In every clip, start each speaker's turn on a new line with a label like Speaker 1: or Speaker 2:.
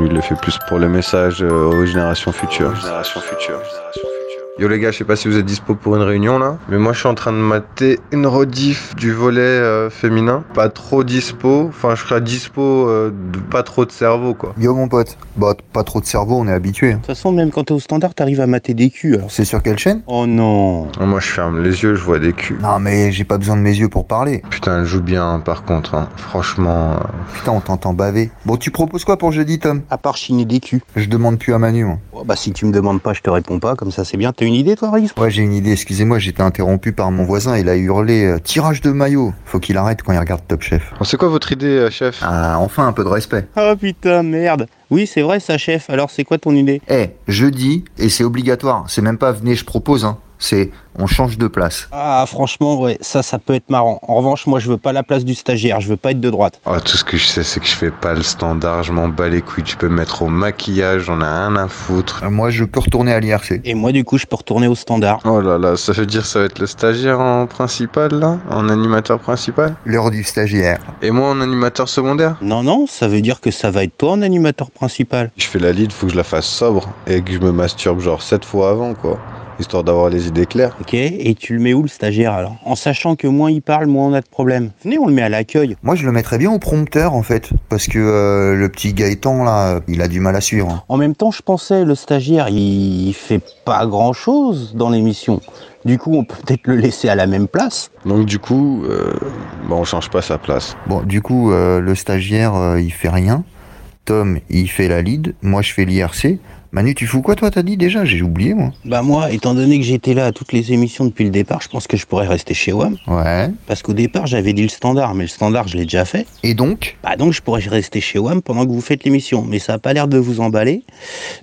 Speaker 1: Lui, il le fait plus pour le message euh, aux générations futures.
Speaker 2: Génération future.
Speaker 1: Yo les gars, je sais pas si vous êtes dispo pour une réunion là, mais moi je suis en train de mater une rediff du volet euh, féminin. Pas trop dispo, enfin je serais dispo euh, de pas trop de cerveau quoi.
Speaker 3: Yo mon pote, bah t- pas trop de cerveau, on est habitué.
Speaker 4: De toute façon, même quand t'es au standard, t'arrives à mater des culs. Alors.
Speaker 3: C'est sur quelle chaîne
Speaker 4: Oh non
Speaker 1: Ah, moi je ferme les yeux, je vois des culs.
Speaker 3: Non mais j'ai pas besoin de mes yeux pour parler.
Speaker 1: Putain, elle joue bien hein, par contre, hein. franchement. euh,
Speaker 3: Putain, on t'entend baver. Bon, tu proposes quoi pour jeudi, Tom
Speaker 4: À part chiner des culs.
Speaker 3: Je demande plus à Manu. moi.
Speaker 4: Oh, bah si tu me demandes pas, je te réponds pas, comme ça c'est bien. T'as une idée toi, Régis
Speaker 3: Ouais, j'ai une idée, excusez-moi, j'étais interrompu par mon voisin, il a hurlé euh, tirage de maillot. Faut qu'il arrête quand il regarde Top Chef.
Speaker 1: Bon, c'est quoi votre idée, euh, chef
Speaker 3: Ah, enfin un peu de respect.
Speaker 4: Oh putain, merde Oui, c'est vrai ça, chef. Alors c'est quoi ton idée
Speaker 3: Eh, jeudi, et c'est obligatoire, c'est même pas venez, je propose, hein. C'est on change de place.
Speaker 4: Ah franchement, ouais, ça, ça peut être marrant. En revanche, moi je veux pas la place du stagiaire, je veux pas être de droite.
Speaker 1: Oh, tout ce que je sais, c'est que je fais pas le standard, je m'en bats les couilles, je peux me mettre au maquillage, on a rien à foutre.
Speaker 3: Euh, Moi, je peux retourner à l'IRC.
Speaker 4: Et moi du coup, je peux retourner au standard.
Speaker 1: Oh là là, ça veut dire que ça va être le stagiaire en principal là En animateur principal
Speaker 3: L'heure du stagiaire.
Speaker 1: Et moi en animateur secondaire
Speaker 4: Non, non, ça veut dire que ça va être toi en animateur principal.
Speaker 1: Je fais la lead, faut que je la fasse sobre et que je me masturbe genre 7 fois avant quoi, histoire d'avoir les idées claires.
Speaker 4: Ok, et tu le mets où le stagiaire alors En sachant que moins il parle, moins on a de problèmes. Venez, on le met à l'accueil.
Speaker 3: Moi, je le mettrais bien au prompteur, en fait, parce que euh, le petit Gaëtan, là, il a du mal à suivre. hein.
Speaker 4: En même temps, je pensais, le stagiaire, il fait pas grand chose dans l'émission. Du coup, on peut peut-être le laisser à la même place.
Speaker 1: Donc du coup, euh, bah, on change pas sa place.
Speaker 3: Bon, du coup, euh, le stagiaire, euh, il fait rien. Tom, il fait la lead. Moi, je fais l'IRC. Manu, tu fous quoi, toi, t'as dit déjà J'ai oublié, moi.
Speaker 4: Bah, moi, étant donné que j'étais là à toutes les émissions depuis le départ, je pense que je pourrais rester chez WAM.
Speaker 3: Ouais.
Speaker 4: Parce qu'au départ, j'avais dit le standard, mais le standard, je l'ai déjà fait.
Speaker 3: Et donc
Speaker 4: Bah, donc, je pourrais rester chez WAM pendant que vous faites l'émission. Mais ça a pas l'air de vous emballer.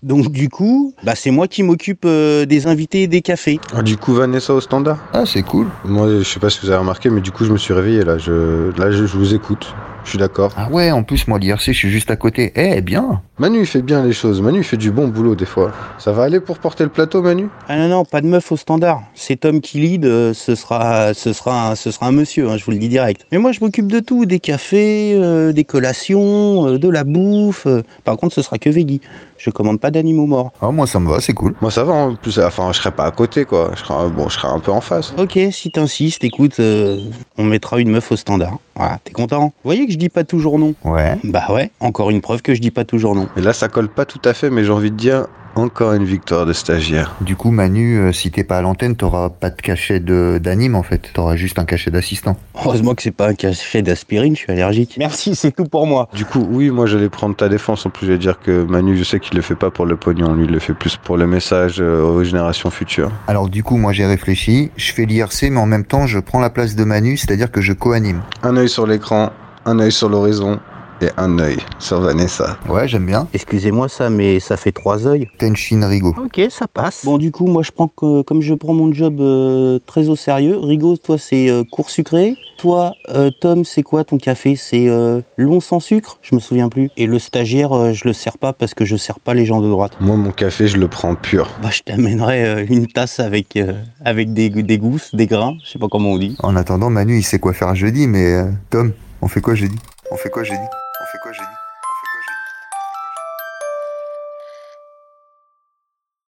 Speaker 4: Donc, du coup, bah, c'est moi qui m'occupe euh, des invités et des cafés.
Speaker 1: Ah, du coup Vanessa au standard
Speaker 3: Ah, c'est cool.
Speaker 1: Moi je sais pas si vous avez remarqué, mais du coup je me suis réveillé là, je, là je, je vous écoute, je suis d'accord.
Speaker 3: Ah ouais, en plus, moi, l'IRC, je suis juste à côté. Eh, bien
Speaker 1: Manu il fait bien les choses, Manu il fait du bon boulot des fois. Ça va aller pour porter le plateau Manu
Speaker 4: Ah non, non, pas de meuf au standard. C'est homme qui lead, euh, ce sera, ce sera, un, ce sera un monsieur, hein, je vous le dis direct. Mais moi, je m'occupe de tout, des cafés, euh, des collations, euh, de la bouffe. euh. Par contre, ce sera que veggie. Je commande pas d'animaux morts.
Speaker 3: Ah, moi, ça me va, c'est cool.
Speaker 1: Moi ça va en plus, enfin je serais pas à côté quoi, je serais, bon, je serais un peu en face.
Speaker 4: Ok, si t'insistes, écoute, euh, on mettra une meuf au standard. Voilà, t'es content Vous voyez que je dis pas toujours non
Speaker 3: Ouais.
Speaker 4: Bah ouais, encore une preuve que je dis pas toujours non.
Speaker 1: Et là, ça colle pas tout à fait, mais j'ai envie de dire encore une victoire de stagiaire.
Speaker 3: Du coup, Manu, euh, si t'es pas à l'antenne, t'auras pas de cachet de- d'anime, en fait. T'auras juste un cachet d'assistant.
Speaker 4: Heureusement que c'est pas un cachet d'aspirine, je suis allergique. Merci, c'est tout pour moi.
Speaker 1: Du coup, oui, moi j'allais prendre ta défense. En plus, je vais dire que Manu, je sais qu'il le fait pas pour le pognon, lui, il le fait plus pour le message euh, aux générations futures.
Speaker 3: Alors, du coup, moi, j'ai réfléchi. Je fais l'IRC, mais en même temps, je prends la place de Manu, c'est-à-dire que je co-anime.
Speaker 1: Un œil sur l'écran, un œil sur l'horizon et un œil sur Vanessa.
Speaker 3: Ouais, j'aime bien.
Speaker 4: Excusez-moi ça, mais ça fait trois œils.
Speaker 3: Tenshin Rigo.
Speaker 4: Ok, ça passe. Bon, du coup, moi, je prends que, comme je prends mon job euh, très au sérieux, Rigo, toi, c'est euh, court sucré. Toi, euh, Tom, c'est quoi ton café C'est euh, long sans sucre Je me souviens plus. Et le stagiaire, euh, je le sers pas parce que je sers pas les gens de droite.
Speaker 1: Moi, mon café, je le prends pur.
Speaker 4: Bah, je t'amènerai euh, une tasse avec, euh, avec des, des gousses, des grains, je sais pas comment on dit.
Speaker 3: En attendant, Manu, il sait quoi faire jeudi, mais euh, Tom, on fait quoi jeudi On fait quoi jeudi